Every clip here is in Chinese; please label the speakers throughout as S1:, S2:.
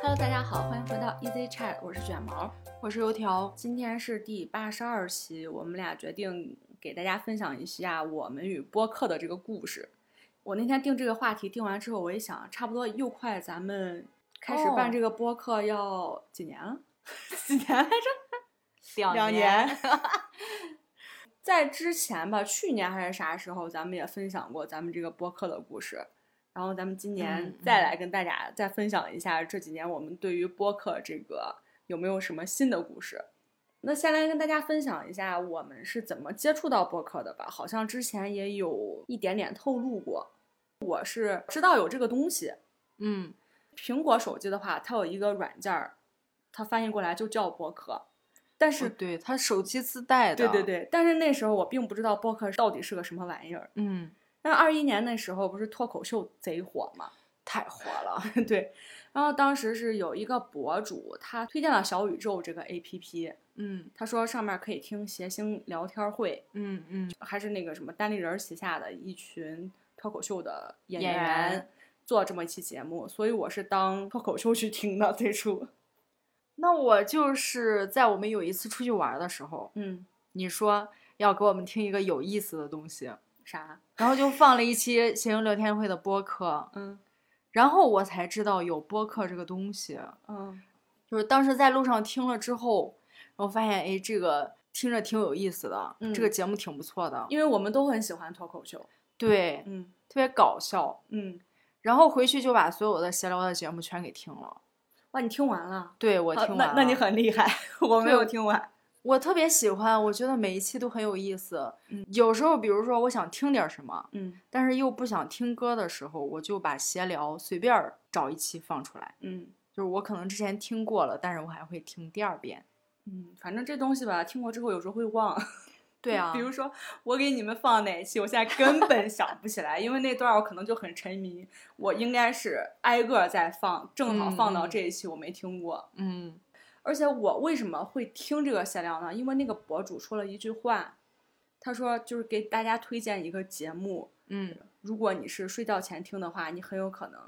S1: Hello，大家好，欢迎回到 Easy Chat，我是卷毛，
S2: 我是油条。
S1: 今天是第八十二期，我们俩决定给大家分享一下我们与播客的这个故事。我那天定这个话题定完之后，我一想，差不多又快咱们开始办
S2: 哦
S1: 这个播客要几年了？ 几年来着？
S2: 两
S1: 两
S2: 年，
S1: 在之前吧，去年还是啥时候，咱们也分享过咱们这个播客的故事。然后咱们今
S2: 嗯
S1: 年
S2: 嗯
S1: 再来跟大家再分享一下这几年我们对于播客这个有没有什么新的故事。那先来跟大家分享一下我们是怎么接触到播客的吧，好像之前也有一点点透露过。我是知道有这个东西，
S2: 嗯，
S1: 苹果手机的话，它有一个软件儿，它翻译过来就叫播客，但是
S2: 是哦对，它手机自带
S1: 对
S2: 的，
S1: 对，对，但是那时候我并不知道播客到底是个什么玩意儿。
S2: 嗯，
S1: 那二一年那时候不是脱口秀贼火嘛？
S2: 太火了，
S1: 对，然后当时是有一个博主，他推荐了小宇宙这个 APP，
S2: 嗯
S1: 他说上面可以听谐星聊天会，
S2: 嗯嗯，
S1: 还是那个什么单立人旗下的一群脱口秀的演
S2: 演
S1: 员
S2: 员
S1: 做这么一期节目，所以我是当脱口秀去听的最初。
S2: 那我就是在我们有一次出去玩儿的时候，
S1: 嗯，
S2: 你说要给我们听一个有意思的东西，
S1: 啥？
S2: 然后就放了一期《闲人聊天会》的播客，
S1: 嗯
S2: 然后我才知道有播客这个东西。
S1: 嗯
S2: 就是当时在路上听了之后，然后发现，哎，这个听着挺有意思的，
S1: 嗯
S2: 这个节目挺不错的，
S1: 因为我们都很喜欢脱口秀。
S2: 对，
S1: 嗯
S2: 特别搞笑。
S1: 嗯，
S2: 然后回去就把所有的闲聊的节目全给听了。
S1: 哇，你听完了？
S2: 对，我
S1: 好
S2: 听
S1: 那
S2: 完
S1: 那你
S2: 了
S1: 很厉害， 我没
S2: 对
S1: 有听完。
S2: 我特别喜欢，我觉得每一期都很有意思。
S1: 嗯
S2: 有时候，比如说我想听点什么，
S1: 嗯
S2: 但是又不想听歌的时候，我就把闲聊随便儿找一期放出来。
S1: 嗯
S2: 就是我可能之前听过了，但是我还会听第二遍。
S1: 嗯，反正这东西吧，听过之后有时候会忘。
S2: 对 啊，
S1: 比如说我给你们放哪一期，我现在根本想不起来，因为那段儿我可能就很沉迷。我应该是挨个儿在放，正好放到
S2: 嗯嗯
S1: 这一期我没听过。
S2: 嗯，
S1: 而且我为什么会听这个闲聊呢？因为那个博主说了一句话，他说就是给大家推荐一个节目，
S2: 嗯
S1: 如果你是睡觉前听的话，你很有可能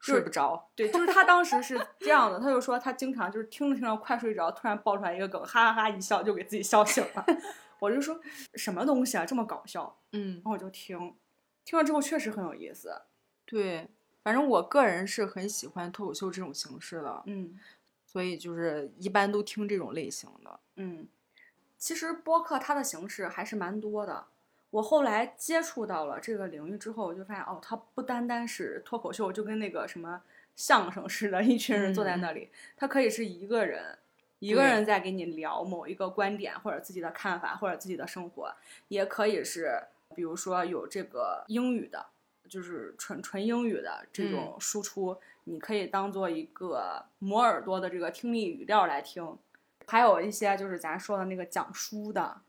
S2: 睡不着。
S1: 对，就是他当时是这样的，他就说他经常就是听着听着快睡着，突然爆出来一个梗，哈哈哈一笑就给自己笑醒了。 我就说什么东西啊，这么搞笑？
S2: 嗯
S1: 然，后我就听，听了之后确实很有意思。
S2: 对，反正我个人是很喜欢脱口秀这种形式的，
S1: 嗯
S2: 所以就是一般都听这种类型的。
S1: 嗯，其实播客它的形式还是蛮多的。我后来接触到了这个领域之后，我就发现哦，它不单单是脱口秀，就跟那个什么相声似的，一群人坐在那里，它可以是一个人，一个
S2: 对
S1: 人在给你聊某一个观点或者自己的看法或者自己的生活，也可以是比如说有这个英语的，就是纯纯英语的这种输出，你可以当做一个磨耳朵的这个听力语料来听，还有一些就是咱说的那个讲书的，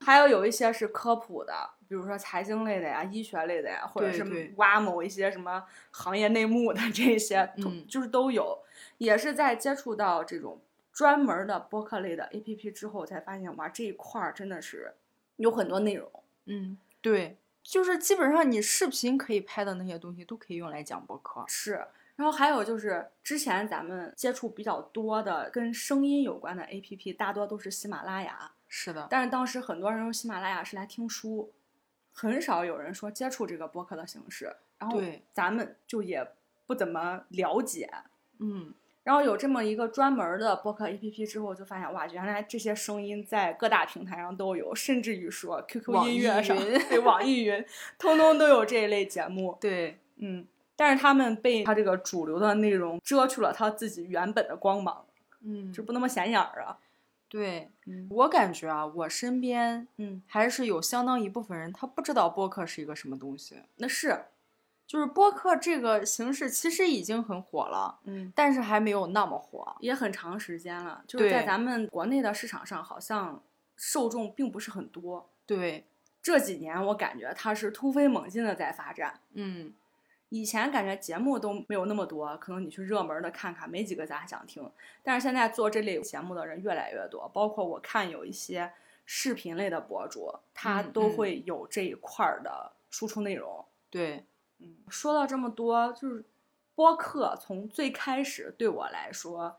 S1: 还有有一些是科普的，比如说财经类的呀、医学类的呀，或者
S2: 对
S1: 是
S2: 对
S1: 挖某一些什么行业内幕的这些，都
S2: 嗯
S1: 就是都有，也是在接触到这种专门的播客类的 APP 之后，才发现哇，这一块儿真的是有很多内容。
S2: 嗯，对，就是基本上你视频可以拍的那些东西都可以用来讲播客。
S1: 是，然后还有就是之前咱们接触比较多的跟声音有关的 APP，大多都是喜马拉雅，
S2: 是的，
S1: 但是当时很多人用喜马拉雅是来听书，很少有人说接触这个播客的形式，然后
S2: 对
S1: 咱们就也不怎么了解。
S2: 嗯，
S1: 然后有这么一个专门儿的播客 APP 之后，就发现哇，原来这些声音在各大平台上都有，甚至于说 QQ
S2: 网
S1: 音
S2: 易
S1: 乐上、
S2: 云
S1: 对网易云，通通都有这一类节目。
S2: 对，
S1: 嗯，但是他们被他这个主流的内容遮去了他自己原本的光芒，
S2: 嗯
S1: 就不那么显眼儿啊。
S2: 对，
S1: 嗯
S2: 我感觉啊，我身边
S1: 嗯，
S2: 还是有相当一部分人他不知道播客是一个什么东西。
S1: 那是，
S2: 就是播客这个形式其实已经很火了，
S1: 嗯，
S2: 但是还没有那么火。
S1: 也很长时间了，就是在
S2: 对
S1: 咱们国内的市场上，好像受众并不是很多。
S2: 对，
S1: 这几年我感觉它是突飞猛进的在发展，
S2: 嗯，
S1: 以前感觉节目都没有那么多，可能你去热门的看看，没几个咱想听。但是现在做这类节目的人越来越多，包括我看有一些视频类的博主，他
S2: 嗯
S1: 都
S2: 嗯
S1: 会有这一块儿的输出内容。
S2: 对，
S1: 嗯，说到这么多，就是播客从最开始对我来说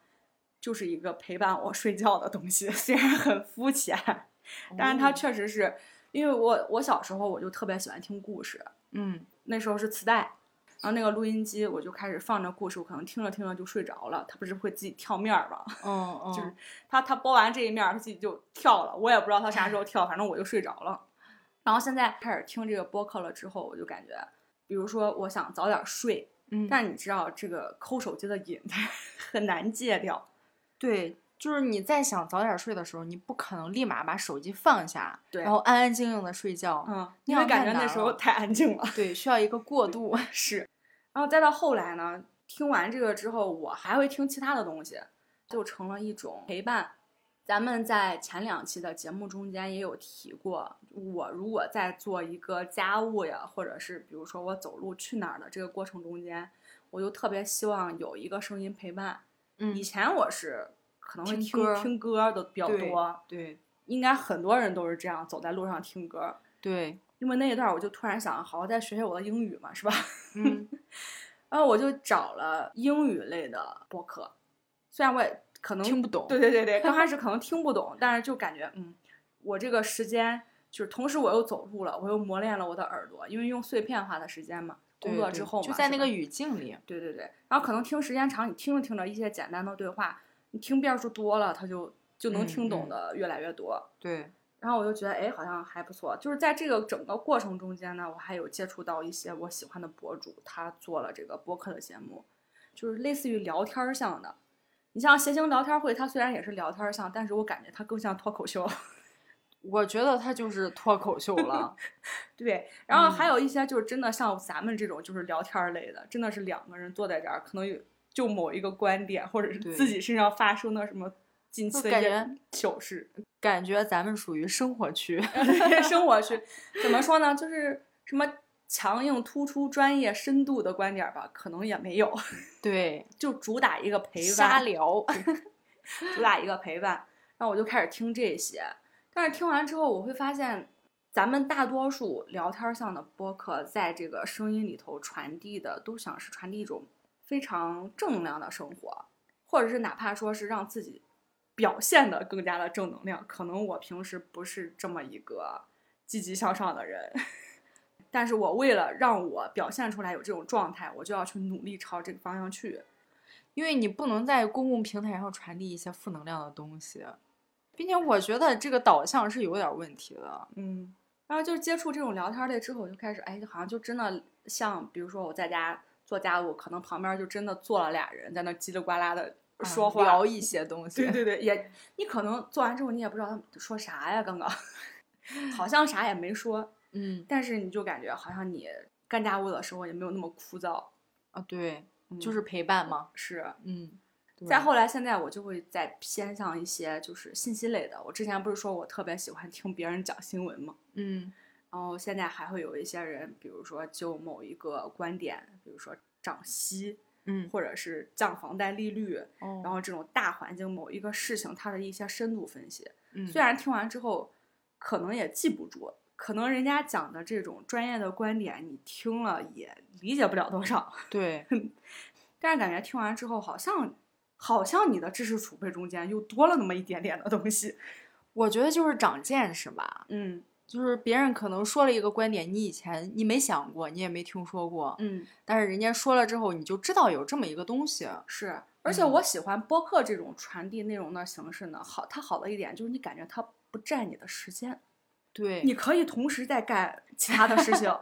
S1: 就是一个陪伴我睡觉的东西， 虽然很肤浅，
S2: 哦
S1: 但是它确实是因为我我小时候我就特别喜欢听故事，
S2: 嗯
S1: 那时候是磁带。然后那个录音机，我就开始放着故事，我可能听着听着就睡着了。它不是会自己跳面儿吗？
S2: 嗯 嗯，
S1: 就是他他播完这一面儿，他自己就跳了，我也不知道他啥时候跳，反正我就睡着了。然后现在开始听这个播客了之后，我就感觉，比如说我想早点睡，
S2: 嗯，
S1: 但你知道这个抠手机的瘾 很难戒掉，
S2: 对，就是你在想早点睡的时候，你不可能立马把手机放下，
S1: 对
S2: 然后安安静静的睡觉。
S1: 嗯，
S2: 那
S1: 因为
S2: 样
S1: 感
S2: 太
S1: 觉那
S2: 难
S1: 时候
S2: 了
S1: 太安静 了。
S2: 对，需要一个过渡。
S1: 是，然后再到后来呢，听完这个之后，我还会听其他的东西，就成了一种陪伴。咱们在前两期的节目中间也有提过，我如果在做一个家务呀，或者是比如说我走路去哪儿的这个过程中间，我就特别希望有一个声音陪伴。
S2: 嗯
S1: 以前我是可能会
S2: 听
S1: 听
S2: 歌
S1: 听歌的比较
S2: 对
S1: 多，
S2: 对
S1: 应该很多人都是这样，走在路上听歌。
S2: 对，
S1: 因为那一段儿我就突然想，好好再学学我的英语嘛，是吧？
S2: 嗯
S1: 然后我就找了英语类的播客，虽然我也可能
S2: 听不懂
S1: 对对对对，刚开始可能听不懂，但是就感觉嗯，我这个时间就是同时我又走路了，我又磨练了我的耳朵，因为用碎片化的时间嘛，工
S2: 对
S1: 作
S2: 对
S1: 之后嘛，
S2: 就在
S1: 是
S2: 那
S1: 吧
S2: 个语境里，
S1: 对对对，然后可能听时间长，你听着听着一些简单的对话，你听遍数多了，它就就能
S2: 嗯
S1: 听懂
S2: 嗯
S1: 的越来越多。
S2: 对，
S1: 然后我就觉得，哎，好像还不错。就是在这个整个过程中间呢，我还有接触到一些我喜欢的博主，他做了这个播客的节目，就是类似于聊天儿像的。你像谐星聊天会，它虽然也是聊天儿像，但是我感觉它更像脱口秀。
S2: 我觉得他就是脱口 秀了。
S1: 对，然后还
S2: 嗯
S1: 有一些就是真的像咱们这种就是聊天儿类的，真的是两个人坐在这儿，可能有就某一个观点，或者是
S2: 对
S1: 自己身上发生的什么近期的
S2: 就
S1: 一
S2: 感
S1: 些
S2: 觉
S1: 糗事。
S2: 感觉咱们属于生活区，
S1: 生活区，怎么说呢？就是什么强硬、突出、专业、深度的观点儿吧，可能也没有，
S2: 对，
S1: 就主打一个陪
S2: 瞎
S1: 伴，
S2: 聊。
S1: 主打一个陪伴。然后我就开始听这些，但是听完之后，我会发现，咱们大多数聊天儿向的播客，在这个声音里头传递的，都想是传递一种非常正能量的生活，或者是哪怕说是让自己表现的更加的正能量。可能我平时不是这么一个积极向上的人， 但是我为了让我表现出来有这种状态，我就要去努力朝这个方向去。
S2: 因为你不能在公共平台上传递一些负能量的东西，并且我觉得这个导向是有点问题的。
S1: 嗯，然后就接触这种聊天儿类之后，我就开始，哎，好像就真的像，比如说我在家做家务，可能旁边儿就真的坐了俩人在那叽里呱啦的
S2: 嗯
S1: 说话，
S2: 聊一些东西，
S1: 对对对，也你可能做完之后你也不知道他们说啥呀，刚刚好像啥也没说，
S2: 嗯
S1: 但是你就感觉好像你干家务的时候也没有那么枯燥，
S2: 啊，对，
S1: 嗯
S2: 就是陪伴嘛，
S1: 是。
S2: 嗯，
S1: 再后来，现在我就会再偏向一些就是信息类的。我之前不是说我特别喜欢听别人讲新闻吗？
S2: 嗯，
S1: 然后现在还会有一些人，比如说就某一个观点，比如说涨息，
S2: 嗯
S1: 或者是降房贷利率，
S2: 嗯，
S1: 然
S2: 后
S1: 后这种大环境某一个事情它的一些深度分析。虽
S2: 虽然
S1: 然听完之后，可能也记不住，可能人家讲的这种专业的观点，你听了也理解不了多少，
S2: 对，
S1: 但是感觉听完之后，好像好像你的知识储备中间又多了那么一点点的东西。
S2: 我觉得就是长见识吧，
S1: 嗯
S2: 就是别人可能说了一个观点，你以前你没想过，你也没听说过，
S1: 嗯，
S2: 但是人家说了之后，你就知道有这么一个东西，
S1: 是，而且
S2: 嗯
S1: 我喜欢播客这种传递内容的形式呢。好，它好的一点就是你感觉它不占你的时间，
S2: 对，
S1: 你可以同时在干其他的事 情。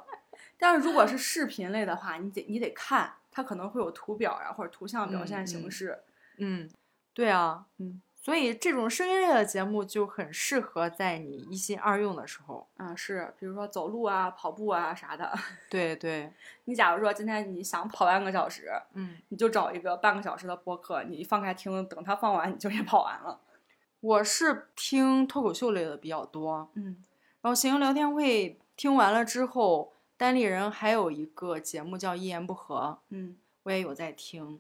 S1: 但是如果是视频类的话，你得你得看，它可能会有图表啊或者图像表
S2: 嗯
S1: 现形
S2: 嗯
S1: 式。
S2: 嗯，对啊，
S1: 嗯
S2: 所以这种声音类的节目就很适合在你一心二用的时候，
S1: 啊、是，比如说走路啊、跑步啊啥的。
S2: 对对，
S1: 你假如说今天你想跑半个小时，
S2: 嗯。
S1: 你就找一个半个小时的播客，你一放开听，等它放完，你就也跑完了。
S2: 我是听脱口秀类的比较多，
S1: 嗯
S2: 然后行星聊天会听完了之后，单立人还有一个节目叫《一言不合》，
S1: 嗯
S2: 我也有在听。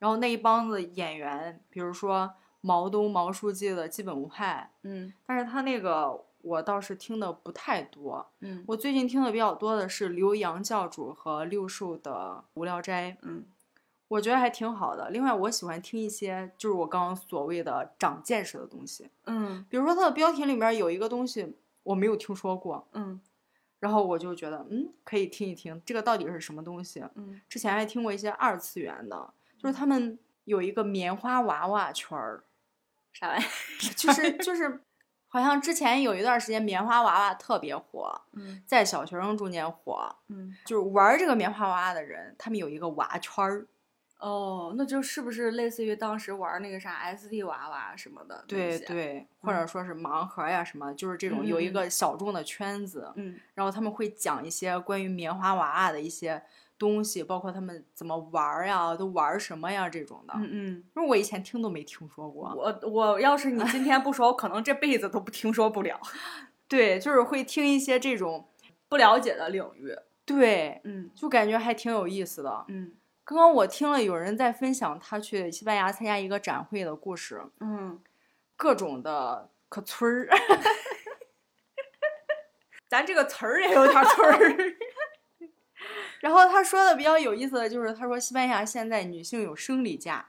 S2: 然后那一帮子演员，比如说毛东、毛书记的基本无害，
S1: 嗯
S2: 但是他那个我倒是听的不太多。
S1: 嗯
S2: 我最近听的比较多的是刘洋教主和六兽的《无聊斋》，
S1: 嗯
S2: 我觉得还挺好的。另外，我喜欢听一些就是我刚刚所谓的长见识的东西，
S1: 嗯
S2: 比如说它的标题里面有一个东西我没有听说过，
S1: 嗯
S2: 然后我就觉得嗯可以听一听这个到底是什么东西。
S1: 嗯
S2: 之前还听过一些二次元的，就是他们有一个棉花娃娃圈儿，
S1: 啥玩意儿？
S2: 就是就是，好像之前有一段时间棉花娃娃特别火，
S1: 嗯
S2: 在小学生中间火，
S1: 嗯
S2: 就是玩儿这个棉花娃娃的人，他们有一个娃圈儿，
S1: 哦，那就是不是类似于当时玩那个啥 SD 娃娃什么的？
S2: 对，对，或者
S1: 嗯
S2: 说是盲盒呀什么，就是这种
S1: 嗯
S2: 有
S1: 嗯
S2: 一
S1: 嗯
S2: 个小众的圈子，
S1: 嗯
S2: 然后他们会讲一些关于棉花娃娃的一些东西，包括他们怎么玩儿呀，都玩儿什么呀这种的，
S1: 嗯嗯。
S2: 因为我以前听都没听说过，
S1: 我我要是你今天不说，我可能这辈子都不听说不了
S2: 对，就是会听一些这种，
S1: 不了解的领域。
S2: 对，
S1: 嗯
S2: 就感觉还挺有意思的。
S1: 嗯
S2: 刚刚我听了有人在分享他去西班牙参加一个展会的故事，
S1: 嗯，
S2: 各种的可村儿，
S1: 咱这个词儿也有点村儿。
S2: 然后他说的比较有意思的就是，他说西班牙现在女性有生理假，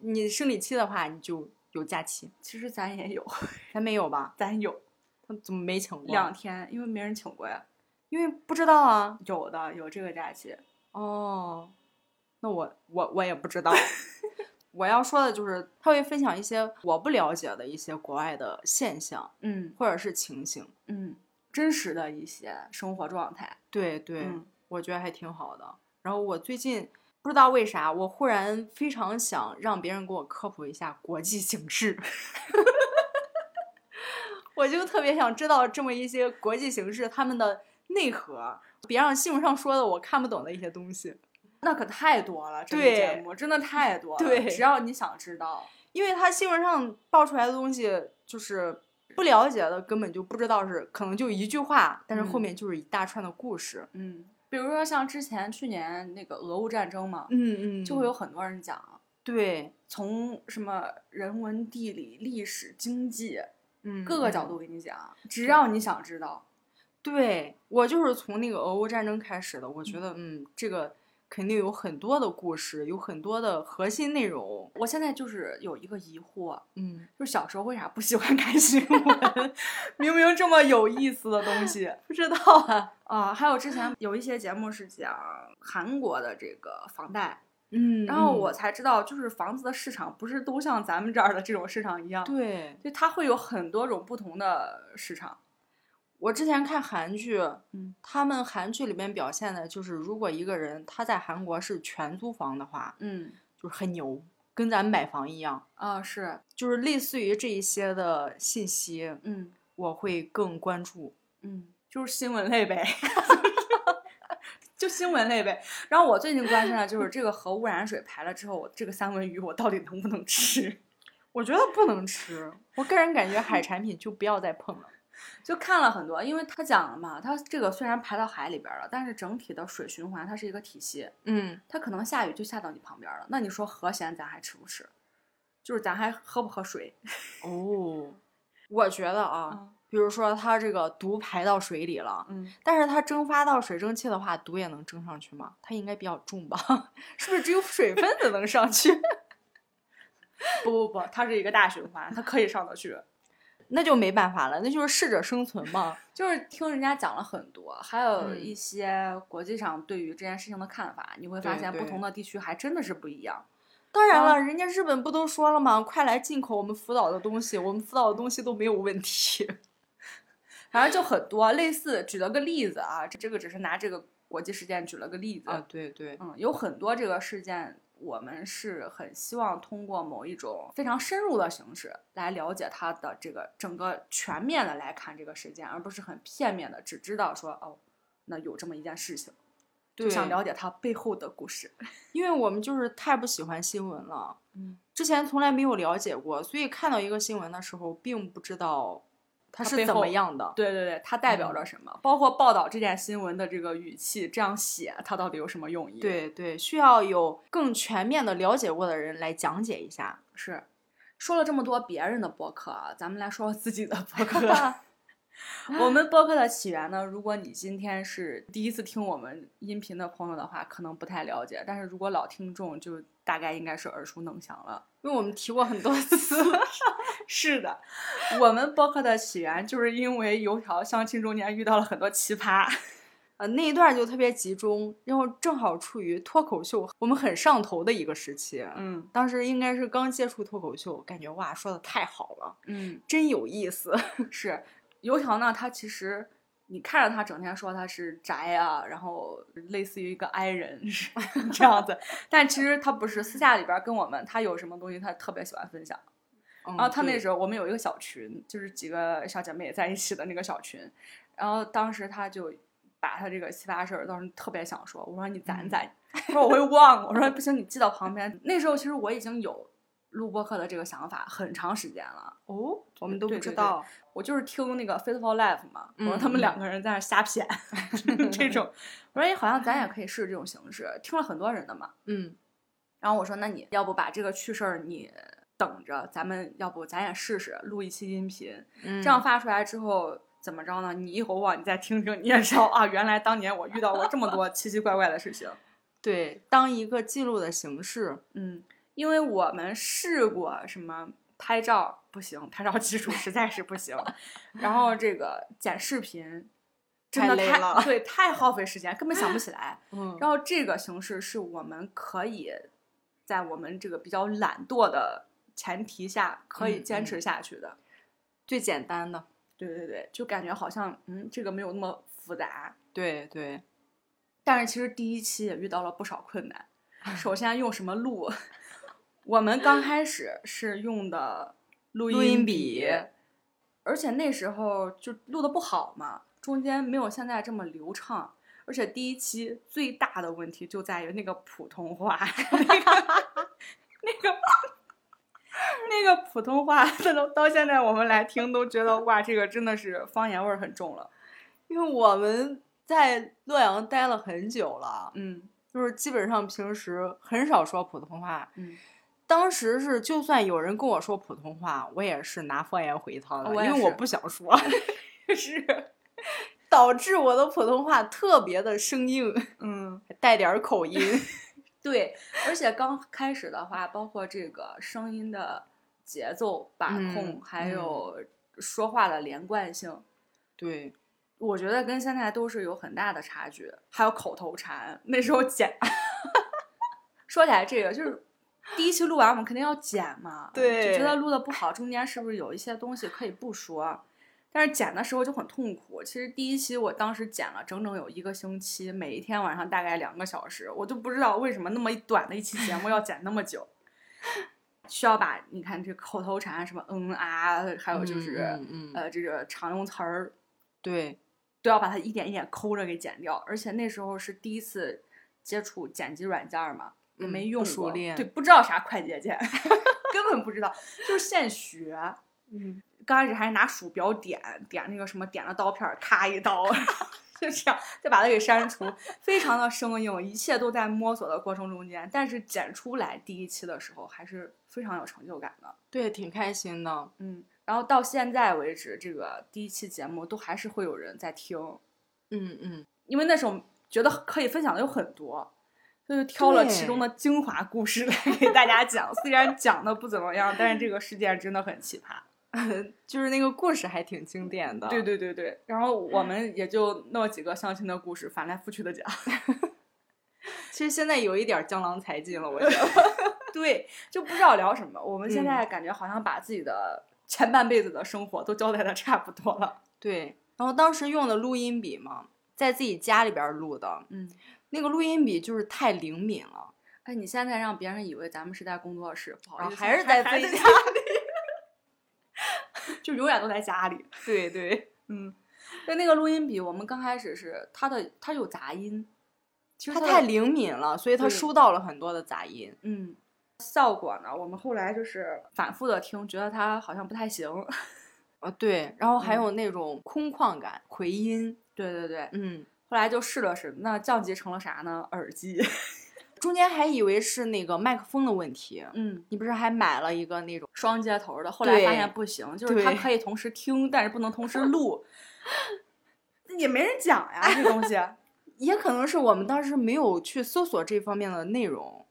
S2: 你生理期的话你就有假期，
S1: 其实咱也有，
S2: 咱没有吧？
S1: 咱有
S2: 他怎么没请过？
S1: 两天，因为没人请过呀。
S2: 因为不知道啊。
S1: 有的有这个假期。
S2: 哦，那我我我也 不知道。我要说的就是，他会分享一些我不了解的一些国外的现象
S1: 嗯
S2: 或者是情形。
S1: 嗯，真实的一些生活状态。
S2: 对对，
S1: 嗯
S2: 我觉得还挺好的。然后我最近不知道为啥，我忽然非常想让别人给我科普一下国际形势， 我就特别想知道这么一些国际形势他们的内核，别让新闻上说的我看不懂的一些东西。
S1: 那可太多了，这个
S2: 对
S1: 节目真的太多了。
S2: 对
S1: 只要你想知道，
S2: 因为他新闻上爆出来的东西就是不了解的，根本就不知道是可能就一句话，但是后
S1: 嗯
S2: 面就是一大串的故事。
S1: 嗯，比如说像之前去年那个俄乌战争嘛，
S2: 嗯嗯
S1: 就会有很多人讲
S2: 对
S1: 从什么人文、地理、历史、经济
S2: 嗯
S1: 各个角
S2: 嗯
S1: 度给你讲，只要你想知道，
S2: 对我就是从那个俄乌战争开始的，我觉得嗯，这个肯定有很多的故事，有很多的核心内容。
S1: 我现在就是有一个疑惑，
S2: 嗯，
S1: 就是小时候为啥不喜欢看新闻？ 明明这么有意思的东西
S2: 不知道啊。
S1: 啊！还有之前有一些节目是讲韩国的这个房贷，
S2: 嗯
S1: 然后我才知道，就是房子的市场不是都像咱们这儿的这种市场一样，
S2: 对
S1: 就它会有很多种不同的市场。
S2: 我之前看韩剧，
S1: 嗯，
S2: 他们韩剧里面表现的就是，如果一个人他在韩国是全租房的话，
S1: 嗯，
S2: 就是很牛，跟咱买房一样。
S1: 啊是，
S2: 就是类似于这一些的信息，
S1: 嗯
S2: 我会更关注。
S1: 嗯，就是新闻类呗。 就新闻类呗，然后我最近关心的就是这个核污染水排了之后，我这个三文鱼我到底能不能吃？
S2: 我觉得不能吃，我个人感觉海产品就不要再碰了。
S1: 就看了很多，因为他讲了嘛，它这个虽然排到海里边儿了，但是整体的水循环它是一个体系，
S2: 嗯，
S1: 它可能下雨就下到你旁边儿了。那你说和咸咱还吃不吃？就是咱还喝不喝水？
S2: 哦，我觉得啊，比如说它这个毒排到水里了，
S1: 嗯，
S2: 但是它蒸发到水蒸气的话，毒也能蒸上去吗？它应该比较重吧？ 是不是只有水分才能上去？
S1: 不不不，它是一个大循环，它可以上得去。
S2: 那就没办法了，那就是适者生存嘛。
S1: 就是听人家讲了很多，还有
S2: 嗯
S1: 一些国际上对于这件事情的看法，你会发
S2: 对
S1: 现不
S2: 对
S1: 同的地区还真的是不一样。
S2: 当然
S1: 啊
S2: 了，人家日本不都说了吗？快来进口我们福岛的东西，我们福岛的东西都没有 问题。
S1: 反正就很多类似，举了个例子啊，这个只是拿这个国际事件举了个例子，，
S2: 对对，
S1: 嗯，有很多这个事件，我们是很希望通过某一种非常深入的形式来了解它的这个整个全面的来看这个事件，而不是很片面的只知道说哦，那有这么一件事情，就
S2: 对
S1: 想了解它背后的故事。
S2: 因为我们就是太不喜欢新闻了，
S1: 嗯，
S2: 之前从来没有了解过，所以看到一个新闻的时候，并不知道它
S1: 它
S2: 是
S1: 背
S2: 怎么
S1: 后
S2: 样的。
S1: 对对对，它代表着什么？包括报道这件新闻的这个语气，这样写它到底有什么用意？，
S2: 对对，需要有更全面的了解过的人来讲解一下。
S1: 是。说了这么多别人的播客啊，咱们来说说自己的播客。我们播客的起源呢，如果你今天是第一次听我们音频的朋友的话，可能不太了解；但是如果老听众，就大概应该是耳熟能详了。
S2: 因为我们提过很多次，
S1: 是的，我们播客的起源就是因为油条相亲中间遇到了很多奇葩，
S2: 呃，那一段就特别集中，然后正好处于脱口秀我们很上头的一个时期。
S1: 嗯
S2: 当时应该是刚接触脱口秀，感觉哇，说的太好了，
S1: 嗯，
S2: 真有意思。
S1: 是油条呢，他其实你看着他整天说他是宅啊，然后类似于一个 i 人 是这样子，但其实他不是，私下里边儿跟我们，他有什么东西他特别喜欢分享。
S2: 然
S1: 然后他那
S2: 时
S1: 时候我们有一个小群，就是几个小姐妹在一起的那个小群，然后当时他就把他这个奇葩事儿，当时特别想说，我说你攒
S2: 嗯
S1: 攒，他说我会忘，我说不行，你记到旁边。那时候其实我已经有录播课的这个想法很长时间了。
S2: 哦，我们都
S1: 对
S2: 不知
S1: 对对
S2: 道，
S1: 我就是听那个 Faithful Life 嘛，我说他们
S2: 嗯嗯
S1: 两个人在那儿瞎谝， 这种，我说哎，好像咱也可以试这种形式，听了很多人的嘛。
S2: 嗯
S1: 然后我说，那你要不把这个趣事儿你等着，咱们要不咱也试试录一期音频，
S2: 嗯，
S1: 这样发出来之后怎么着呢？你一回望，你再听听，你也知道啊，原来当年我遇到过这么多奇奇怪怪的事情。
S2: 对，当一个记录的形式，
S1: 嗯，因为我们试过什么拍照不行，拍照技术实在是不 行，然后这个剪视频。真
S2: 太
S1: 的
S2: 累
S1: 太
S2: 了
S1: 对，太耗费时间，根本想不起 来。
S2: 嗯
S1: 然后这个形式是我们可以在我们这个比较懒惰的前提下，可以
S2: 嗯
S1: 坚
S2: 嗯
S1: 持下去的。
S2: 最简单的，
S1: 对对对，就感觉好像嗯，这个没有那么复杂。
S2: 对对，
S1: 但是其实第一期也遇到了不少困 难。首先用什么录？我们刚开始是用的录
S2: 录音
S1: 笔
S2: 笔，
S1: 而且那时候就录的不好嘛，中间没有现在这么流畅。而且第一期最大的问题就在于那个普通话， 那个那个那个普通话，到到现在我们来听都觉得哇，这个真的是方言味儿很重了。
S2: 因为我们在洛阳待了很久了，
S1: 嗯
S2: 就是基本上平时很少说普通话。
S1: 嗯，
S2: 当时是，就算有人跟我说普通话，我也是拿方言回他的，
S1: 我也
S2: 因为我
S1: 是
S2: 不想说，
S1: 是，
S2: 导致我的普通话特别的生硬，
S1: 嗯。
S2: 带点儿口音。
S1: 对，而且刚开始的话，包括这个声音的节奏把控，
S2: 嗯
S1: 还
S2: 嗯
S1: 有说话的连贯性，
S2: 对，
S1: 我觉得跟现在都是有很大的差距。还有口头禅，那时候
S2: 嗯
S1: 剪， 说起来这个就是。第一期录完，我们肯定要剪嘛，就
S2: 对
S1: 觉得录的不好，中间是不是有一些东西可以不说？但是剪的时候就很痛苦。其实第一期我当时剪了整整有一个星期，每一天晚上大概两个小时，我都不知道为什么那么短的一期节目要剪那么 久。需要把你看这口头禅什么嗯啊，还有就是、
S2: 嗯嗯嗯
S1: 呃这个常用词儿
S2: 对，
S1: 都要把它一点一点抠着给剪掉。而且那时候是第一次接触剪辑软件儿嘛，也
S2: 嗯
S1: 没
S2: 不
S1: 用
S2: 熟
S1: 过，
S2: 练
S1: 对，不知道啥快捷键， 根本不知道，就是现学。
S2: 嗯，
S1: 刚开始还拿鼠标点点那个什么，点了刀片儿，咔一刀， 就这样再把它给删除，非常的生硬，一切都在摸索的过程中间。但是剪出来第一期的时候，还是非常有成就感的。
S2: 对，挺开心的。
S1: 嗯，然后到现在为止，这个第一期节目都还是会有人在听，
S2: 嗯嗯，
S1: 因为那时候觉得可以分享的有很多，所以就挑了其
S2: 对
S1: 中的精华故事来给大家讲。虽然讲的不怎么样，但是这个事件真的很奇葩。
S2: 就是那个故事还挺经典的。
S1: 对对对对，然后我们也就那几个相亲的故事，反来覆去的讲。
S2: 其实现在有一点儿江郎才尽了，我觉得。
S1: 对，就不知道聊什么。我们现
S2: 嗯
S1: 在感觉好像把自己的前半辈子的生活都交代的差不多了。
S2: 对，然后当时用的录音笔嘛，在自己家里边儿录的，
S1: 嗯，
S2: 那个录音笔就是太灵敏了，
S1: 哎，你现在让别人以为咱们是在工作室，不好
S2: 然
S1: 意
S2: 后
S1: 思，
S2: 还是在自己家
S1: 里， 就永远都在家里。
S2: 对对，
S1: 嗯，对，那个录音笔，我们刚开始是它的，它有杂音，其实
S2: 它
S1: 的
S2: 太灵敏了，所以它
S1: 对
S2: 收到了很多的杂音。
S1: 嗯，效果呢，我们后来就是反复的听，觉得它好像不太行。
S2: 呃，对，然后还
S1: 嗯
S2: 有那种空旷感、回音，
S1: 对对对，
S2: 嗯，
S1: 后来就试了试，那降级成了啥呢？耳机。
S2: 中间还以为是那个麦克风的问题，
S1: 嗯，
S2: 你不是还买了一个那种？
S1: 双接头的，后来发
S2: 对
S1: 现不行，就是它
S2: 对
S1: 可以同时听，但是不能同时录，也没人讲呀，这东 西。
S2: 也可能是我们当时没有去搜索这方面的内容，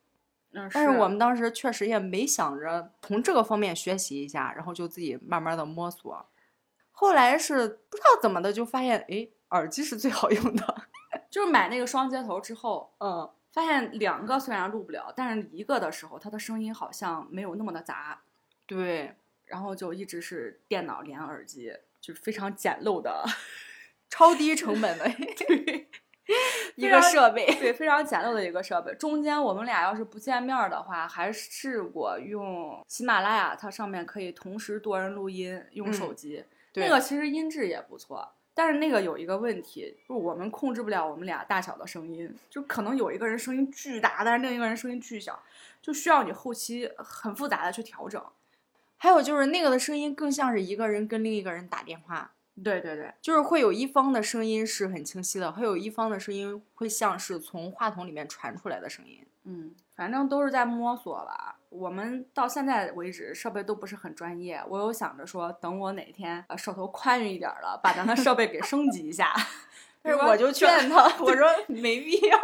S1: 嗯，
S2: 但是我们当时确实也没想着从这个方面学习一下，然后就自己慢慢的摸索。后来是不知道怎么的就发现，哎，耳机是最好用的。
S1: 就是买那个双接头之后，
S2: 嗯，
S1: 发现两个虽然录不了，但是一个的时候，它的声音好像没有那么的杂，
S2: 对，
S1: 然后就一直是电脑连耳机，就是非常简陋 的
S2: 超低成本 的一
S1: 非
S2: 个
S1: 常
S2: 设备。
S1: 对，非常简陋的一个设备。中间我们俩要是不见面儿的话，还试过用喜马拉雅，它上面可以同时多人录音，用手
S2: 嗯
S1: 机，
S2: 对
S1: 那个其实音质也不错。但是那个有一个问题，就是我们控制不了我们俩大小的声音，就可能有一个人声音巨大，但是另一个人声音巨小，就需要你后期很复杂的去调整。
S2: 还有就是那个的声音更像是一个人跟另一个人打电话。
S1: 对对对，
S2: 就是会有一方的声音是很清晰的，会有一方的声音会像是从话筒里面传出来的声音。
S1: 嗯，反正都是在摸索吧。我们到现在为止设备都不是很专业，我有想着说，等我哪天呃手头宽裕一点儿了，把咱的设备给升级一下。
S2: 但
S1: 如
S2: 是
S1: 果
S2: 我就劝他， 我说没必要。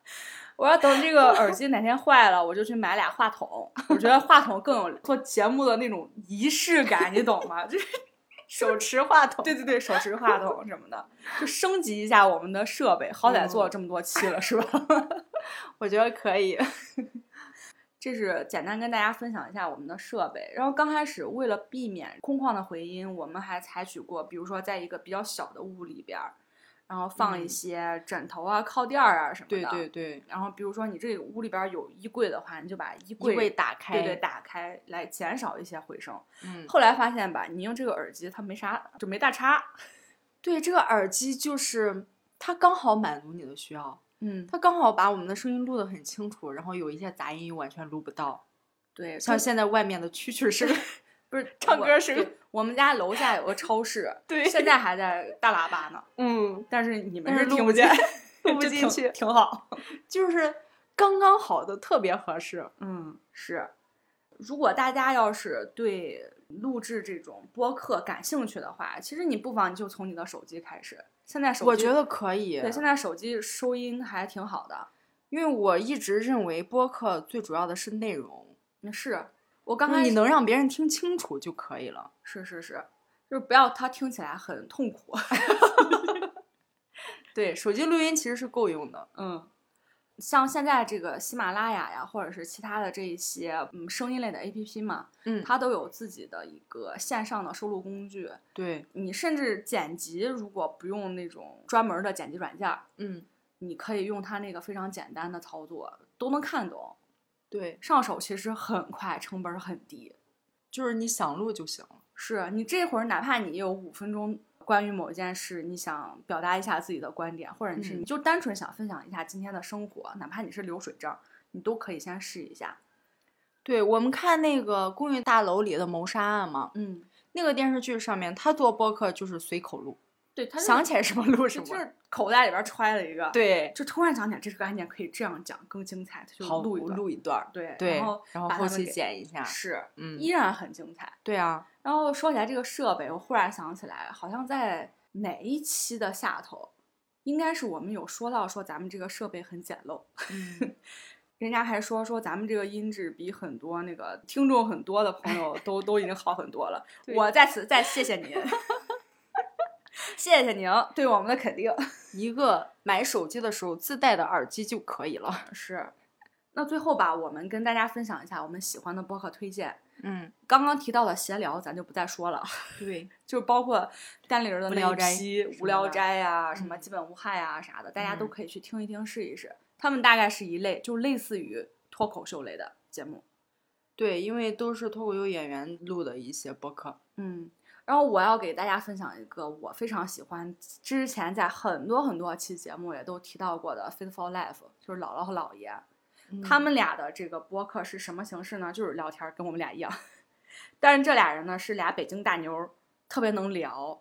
S1: 我要等这个耳机哪天坏了，我就去买俩话筒。我觉得话筒更有做节目的那种仪式感，你懂吗？就是
S2: 手持话筒，
S1: 对对对，手持话筒什么的，嗯就升级一下我们的设备。好歹做了这么多期了，是吧？
S2: 我觉得可 以。
S1: 这是简单跟大家分享一下我们的设备。然后刚开始为了避免空旷的回音，我们还采取过，比如说在一个比较小的屋里边儿，然后放一
S2: 嗯
S1: 些枕头啊、靠垫儿啊什么的。
S2: 对对对，
S1: 然后比如说你这个屋里边儿有衣柜的话，你就把衣柜
S2: 柜柜打开，
S1: 对对打开来减少一些回声。
S2: 嗯，
S1: 后来发现吧，你用这个耳机它没啥，就没大差。
S2: 对这个耳机就是它刚好满足你的需要，
S1: 嗯，
S2: 它刚好把我们的声音录得很清楚，然后有一些杂音又完全录不到，
S1: 对，
S2: 像
S1: 就
S2: 现在外面的蛐 蛐声，
S1: 不是
S2: 唱
S1: 我
S2: 歌声
S1: 对我们家楼下有个超 市，
S2: 对
S1: 现在还在大喇叭呢，
S2: 嗯，
S1: 但是你们
S2: 但
S1: 是
S2: 是录
S1: 听
S2: 不
S1: 见
S2: 进，
S1: 录
S2: 录不进去
S1: 挺好。
S2: 就是刚刚好的，特别合适。
S1: 嗯，是。如果大家要是对录制这种播客感兴趣的话，其实你不妨你就从你的手机开始。现在手机
S2: 我觉得可以，
S1: 对，现在手机收音还挺好的。
S2: 因为我一直认为播客最主要的是内容，
S1: 嗯是我刚
S2: 就
S1: 开
S2: 是
S1: 始
S2: 你能让别人听清楚就可以了。
S1: 是是是，就是不要它听起来很痛苦。
S2: 对，手机录音其实是够用的。
S1: 嗯，像现在这个喜马拉雅呀，或者是其他的这一些嗯声音类的 APP 嘛，
S2: 嗯
S1: 它都有自己的一个线上的收录工具。
S2: 对，
S1: 你甚至剪辑，如果不用那种专门的剪辑软件儿，
S2: 嗯，
S1: 你可以用它那个非常简单的操作，都能看懂，
S2: 对，
S1: 上手其实很快，成本儿很低。
S2: 就是你想录就行了。
S1: 是你这会儿，哪怕你有五分钟关于某一件事，你想表达一下自己的观点，或者你是
S2: 嗯
S1: 你就单纯想分享一下今天的生活，哪怕你是流水账，你都可以先试一下。
S2: 对我们看那个《公寓大楼里的谋杀案》嘛，
S1: 嗯，
S2: 那个电视剧上面他做播客就是随口录，
S1: 对，他
S2: 想起来什么录什
S1: 就
S2: 么。
S1: 是口袋里边揣了一个，，
S2: 对，
S1: 就突然想起来这个案件可以这样讲更精彩，他就
S2: 好
S1: 录一段，
S2: 录一段儿，
S1: 对
S2: 对，
S1: 然后啊
S2: 然后
S1: 把
S2: 后
S1: 它们
S2: 期
S1: 给
S2: 剪一下。
S1: 是
S2: 嗯
S1: 依，然很精彩。
S2: 对 啊，
S1: 然后说起来这个设备，我忽然想起来，好像在哪一期的下头，应该是我们有说到说咱们这个设备很简陋，
S2: 嗯
S1: 人家还说说咱们这个音质比很多那个听众很多的朋友都都已经好很多了。
S2: 对
S1: 我在此再谢谢您， 谢谢您对我们的肯定。
S2: 一个买手机的时候自带的耳机就可 以了。
S1: 是，那最后吧，我们跟大家分享一下我们喜欢的播客推荐。
S2: 嗯，
S1: 刚刚提到的闲聊，咱就不再说了。
S2: 对，
S1: 就是包括单立人的
S2: 无
S1: 那
S2: 聊
S1: 一
S2: 斋
S1: 批
S2: 什
S1: 无
S2: 么
S1: 聊
S2: 的
S1: 斋呀、什么
S2: 嗯
S1: 基本无害呀、啥的，大家都
S2: 嗯
S1: 可以去听一听试一试。他们大概是一类，就类似于脱口秀类的节目。
S2: 对，因为都是脱口秀演员录的一些播客。
S1: 嗯，然后我要给大家分享一个我非常喜欢，之前在很多很多期节目也都提到过的《Faithful Life》，就是姥姥和姥爷。
S2: 嗯
S1: 他们俩的这个播客是什么形式呢？就是聊天儿，跟我们俩一样。 但是这俩人呢是俩北京大妞儿，特别能聊。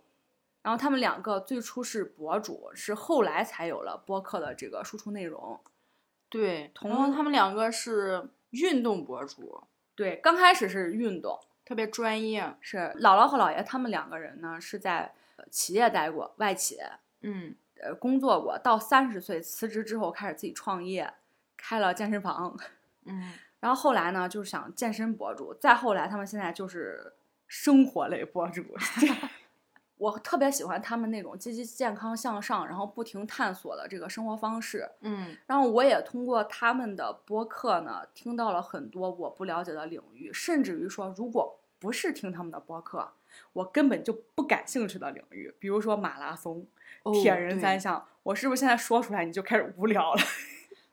S1: 然后他们两个最初是博主，是后来才有了播客的这个输出内容。
S2: 对，
S1: 同
S2: 彤彤他们两个是运动博主，
S1: 对，刚开始是运动，
S2: 特别专业。
S1: 是姥姥和姥爷他们两个人呢是在呃企业待过，外企，
S2: 嗯，
S1: 呃，工作过，到三十岁辞职之后开始自己创业，开了健身房，
S2: 嗯，
S1: 然后后来呢就是想健身博主，再后来他们现在就是生活类博主。 我特别喜欢他们那种积极、健康、向上，然后不停探索的这个生活方式。
S2: 嗯，
S1: 然后我也通过他们的播客呢，听到了很多我不了解的领域，甚至于说，如果不是听他们的播客，我根本就不感兴趣的领域，比如说马拉松、
S2: 哦
S1: 铁人三
S2: 对
S1: 项，我是不是现在说出来你就开始无聊了？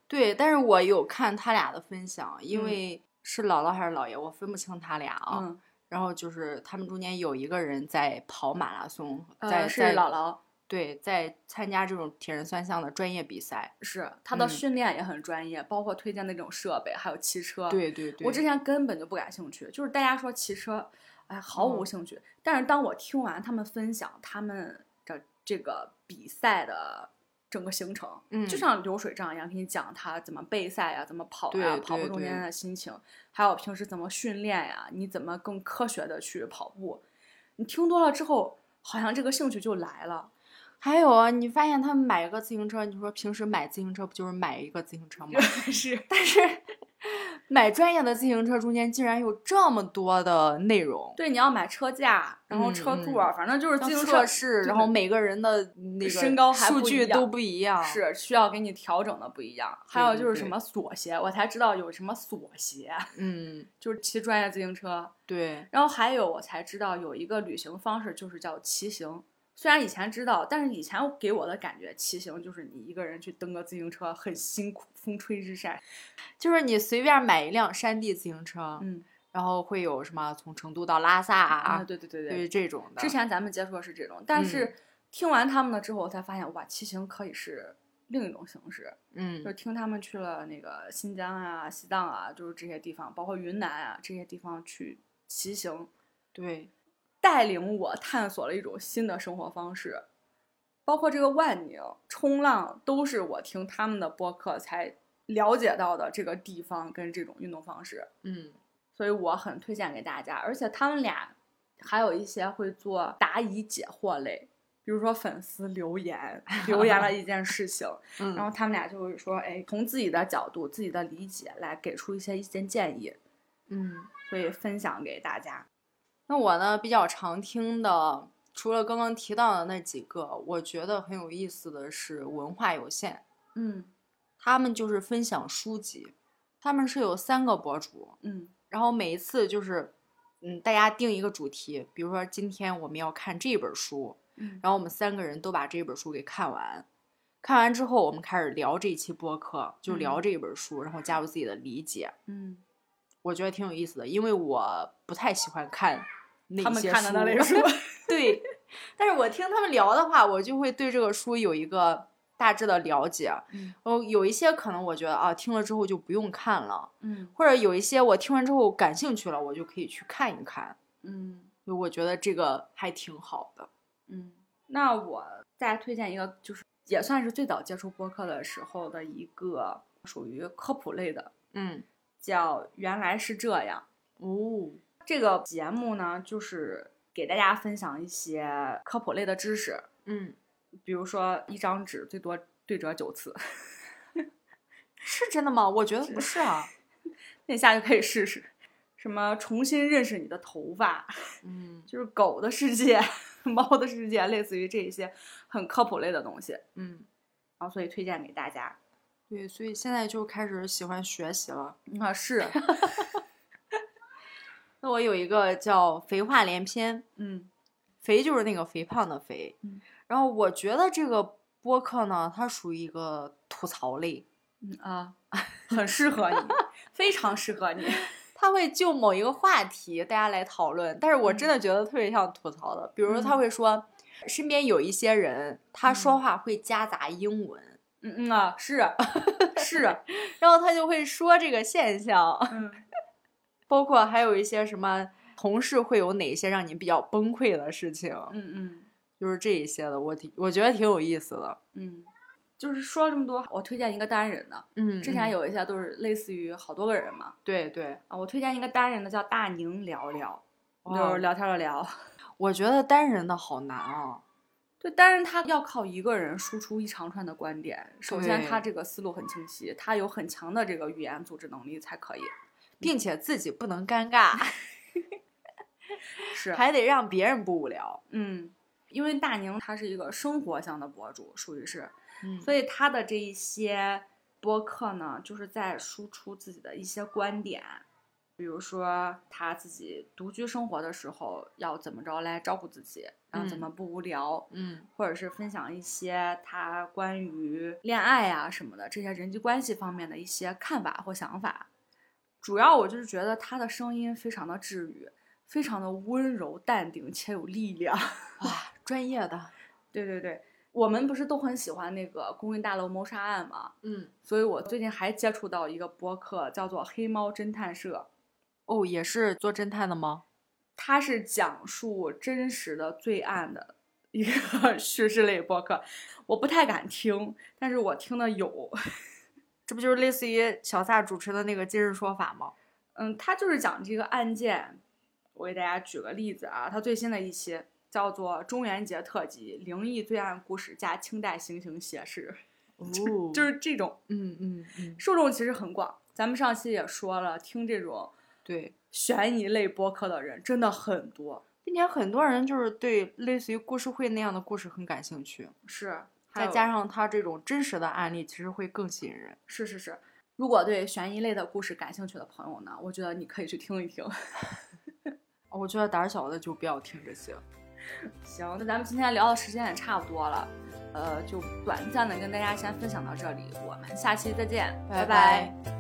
S2: 对，但是我有看他俩的分享，因
S1: 嗯
S2: 为是姥姥还是姥爷，我分不清他俩啊。
S1: 嗯，
S2: 然后就是他们中间有一个人在跑马拉松，在
S1: 呃，是
S2: 在
S1: 姥姥，
S2: 对，在参加这种铁人三项的专业比赛。
S1: 是他的
S2: 嗯
S1: 训练也很专业，包括推荐那种设备，还有骑车。
S2: 对对对，
S1: 嗯我之前根本就不感兴趣，就是大家说骑车，哎，毫无
S2: 嗯
S1: 兴趣。但是当我听完他们分享他们的这个比赛的整个行程，
S2: 嗯
S1: 就像流水账一样，给你讲他怎么备赛呀、怎么跑呀、
S2: 对
S1: 跑步
S2: 对
S1: 中
S2: 对
S1: 间的心情，还有平时怎么训练呀、你怎么更科学的去跑步。你听多了之后，好像这个兴趣就来了。
S2: 还有啊，你发现他们买个自行车，你说平时买自行车不就是买一个自行车 吗？
S1: 是，
S2: 但是买专业的自行车中间竟然有这么多的内容，
S1: 对，你要买车架，然后
S2: 嗯
S1: 车座，
S2: 嗯
S1: 反正就是自行
S2: 要
S1: 车
S2: 测试，
S1: 对
S2: 然后每个人的那个
S1: 身高还
S2: 数
S1: 不一
S2: 据
S1: 样
S2: 都不一样，
S1: 是需要给你调整的不一样。还
S2: 啊对
S1: 有
S2: 对
S1: 就是什
S2: 对
S1: 么锁鞋，我才知道有什么锁鞋，
S2: 嗯，
S1: 就是骑专业自行车。
S2: 对，
S1: 然后还有我才知道有一个旅行方式，就是叫骑行。虽然以前知道，但是以前给我的感觉，骑行就是你一个人去蹬个自行车很辛苦，风吹日晒。
S2: 就是你随便买一辆山地自行车，
S1: 嗯
S2: 然后会有什么从成都到拉萨啊，
S1: 对对对
S2: 对
S1: 对，
S2: 这种的，嗯
S1: 之前咱们接触的是这种，但是听完他们的之后，我才发现哇，骑行可以是另一种形式。
S2: 嗯
S1: 就是听他们去了那个新疆啊、西藏啊，就是这些地方，包括云南啊这些地方去骑行，
S2: 对，
S1: 带领我探索了一种新的生活方式。包括这个万宁冲浪，都是我听他们的播客才了解到的这个地方跟这种运动方式，
S2: 嗯
S1: 所以我很推荐给大家。而且他们俩还有一些会做答疑解惑类，比如说粉丝留言留言了一件事情，
S2: 嗯，
S1: 然后他们俩就会说，哎，从自己的角度、自己的理解来给出一些意见建议，
S2: 嗯。
S1: 所以分享给大家。
S2: 那我呢比较常听的，除了刚刚提到的那几个，我觉得很有意思的是文化有限，
S1: 嗯
S2: 他们就是分享书籍，他们是有三个博主，
S1: 嗯
S2: 然后每一次就是，嗯，大家定一个主题，比如说今天我们要看这本书，
S1: 嗯，
S2: 然后我们三个人都把这本书给看完。看完之后，我们开始聊这一期播客，就
S1: 嗯
S2: 聊这本书，然后加入自己的理解，
S1: 嗯，
S2: 我觉得挺有意思的，因为我不太喜欢看那
S1: 他们
S2: 些
S1: 看嗯的那类书
S2: 对，但是我听他们聊的话，我就会对这个书有一个大致的了解。
S1: 嗯
S2: 哦，有一些可能我觉得啊，听了之后就不用看了，
S1: 嗯
S2: 或者有一些我听完之后感兴趣了，我就可以去看一看。
S1: 嗯
S2: 就我觉得这个还挺好的。
S1: 嗯。那我再推荐一个，就是也算是最早接触播客的时候的一个属于科普类的，
S2: 嗯，
S1: 叫《原来是这样》。
S2: 哦，
S1: 这个节目呢，就是给大家分享一些科普类的知识，
S2: 嗯，
S1: 比如说一张纸最多对折九次，
S2: 是真的吗？我觉得不是 啊。
S1: 那下就可以试试。什么重新认识你的头发，
S2: 嗯
S1: 就是狗的世界、 猫的世界，类似于这一些很科普类的东西，然
S2: 嗯，
S1: 后所以推荐给大家。
S2: 对，所以现在就开始喜欢学习了。
S1: 啊，是，
S2: 那我有一个叫“肥话连篇”，
S1: 嗯
S2: 肥就是那个肥胖的肥。
S1: 嗯
S2: 然后我觉得这个播客呢，它属于一个吐槽类，
S1: 嗯啊，很适合你，非常适合 你。
S2: 它会就某一个话题大家来讨论，但是我真的觉得特别像吐槽的。比如说，他
S1: 嗯
S2: 会说、身边有一些人，他说话会夹杂英文，
S1: 嗯嗯啊， 是是，
S2: 然后他就会说这个现象，
S1: 嗯
S2: 包括还有一些什么。同事会有哪些让你比较崩溃的事情？
S1: 嗯嗯
S2: 就是这一些的，我挺我觉得挺有意思的。
S1: 嗯，就是说了这么多，我推荐一个单人的，
S2: 嗯，
S1: 之前
S2: 嗯
S1: 有一些都是类似于好多个人嘛，
S2: 对对，
S1: 啊，我推荐一个单人的叫大宁聊聊，就
S2: 哇
S1: 是聊天的聊。
S2: 我觉得单人的好难啊。
S1: 对，但是他要靠一个人输出一长串的观点。首先，他这
S2: 对
S1: 个思路很清晰，他有很强的这个语言组织能力才可以。
S2: 并且自己不能尴尬，
S1: 是，
S2: 还得让别人不无聊。
S1: 嗯，因为大宁他是一个生活向的博主，属于是，
S2: 嗯
S1: 所以他的这一些播客呢，就是在输出自己的一些观点，比如说他自己独居生活的时候要怎么着来照顾自己，然后怎
S2: 嗯
S1: 么不无聊，
S2: 嗯
S1: 或者是分享一些他关于恋爱啊什么的这些人际关系方面的一些看法或想法。主要我就是觉得他的声音非常的治愈，非常的温柔、淡定且有力量。
S2: 啊，专业的，
S1: 对对对，我们不是都很喜欢那个《公寓大楼谋杀案》吗？
S2: 嗯，
S1: 所以我最近还接触到一个播客，叫做《黑猫侦探社》，
S2: 哦，也是做侦探的吗？
S1: 它是讲述真实的罪案的一个 叙事类播客。我不太敢听，但是我听的有。
S2: 这不就是类似于小撒主持的那个《今日说法》吗？
S1: 嗯，他就是讲这个案件。我给大家举个例子啊，他最新的一期叫做《中元节特辑：灵异罪案故事加清代行刑写实
S2: 哦》，
S1: 就是是这种
S2: 嗯嗯嗯，
S1: 受众其实很广。咱们上期也说了，听这种
S2: 对，
S1: 悬疑类播客的人真的很多，
S2: 并且很多人就是对类似于故事会那样的故事很感兴趣，
S1: 是
S2: 再加
S1: 上
S2: 上他这种真实的案例，其实会更吸引人。
S1: 是是是。如果对悬疑类的故事感兴趣的朋友呢，我觉得你可以去听一听。
S2: 我觉得胆儿小的就不要听这些。
S1: 行，那咱们今天聊的时间也差不多了，呃，就短暂的跟大家先分享到这里，我们下期再见，拜
S2: 拜拜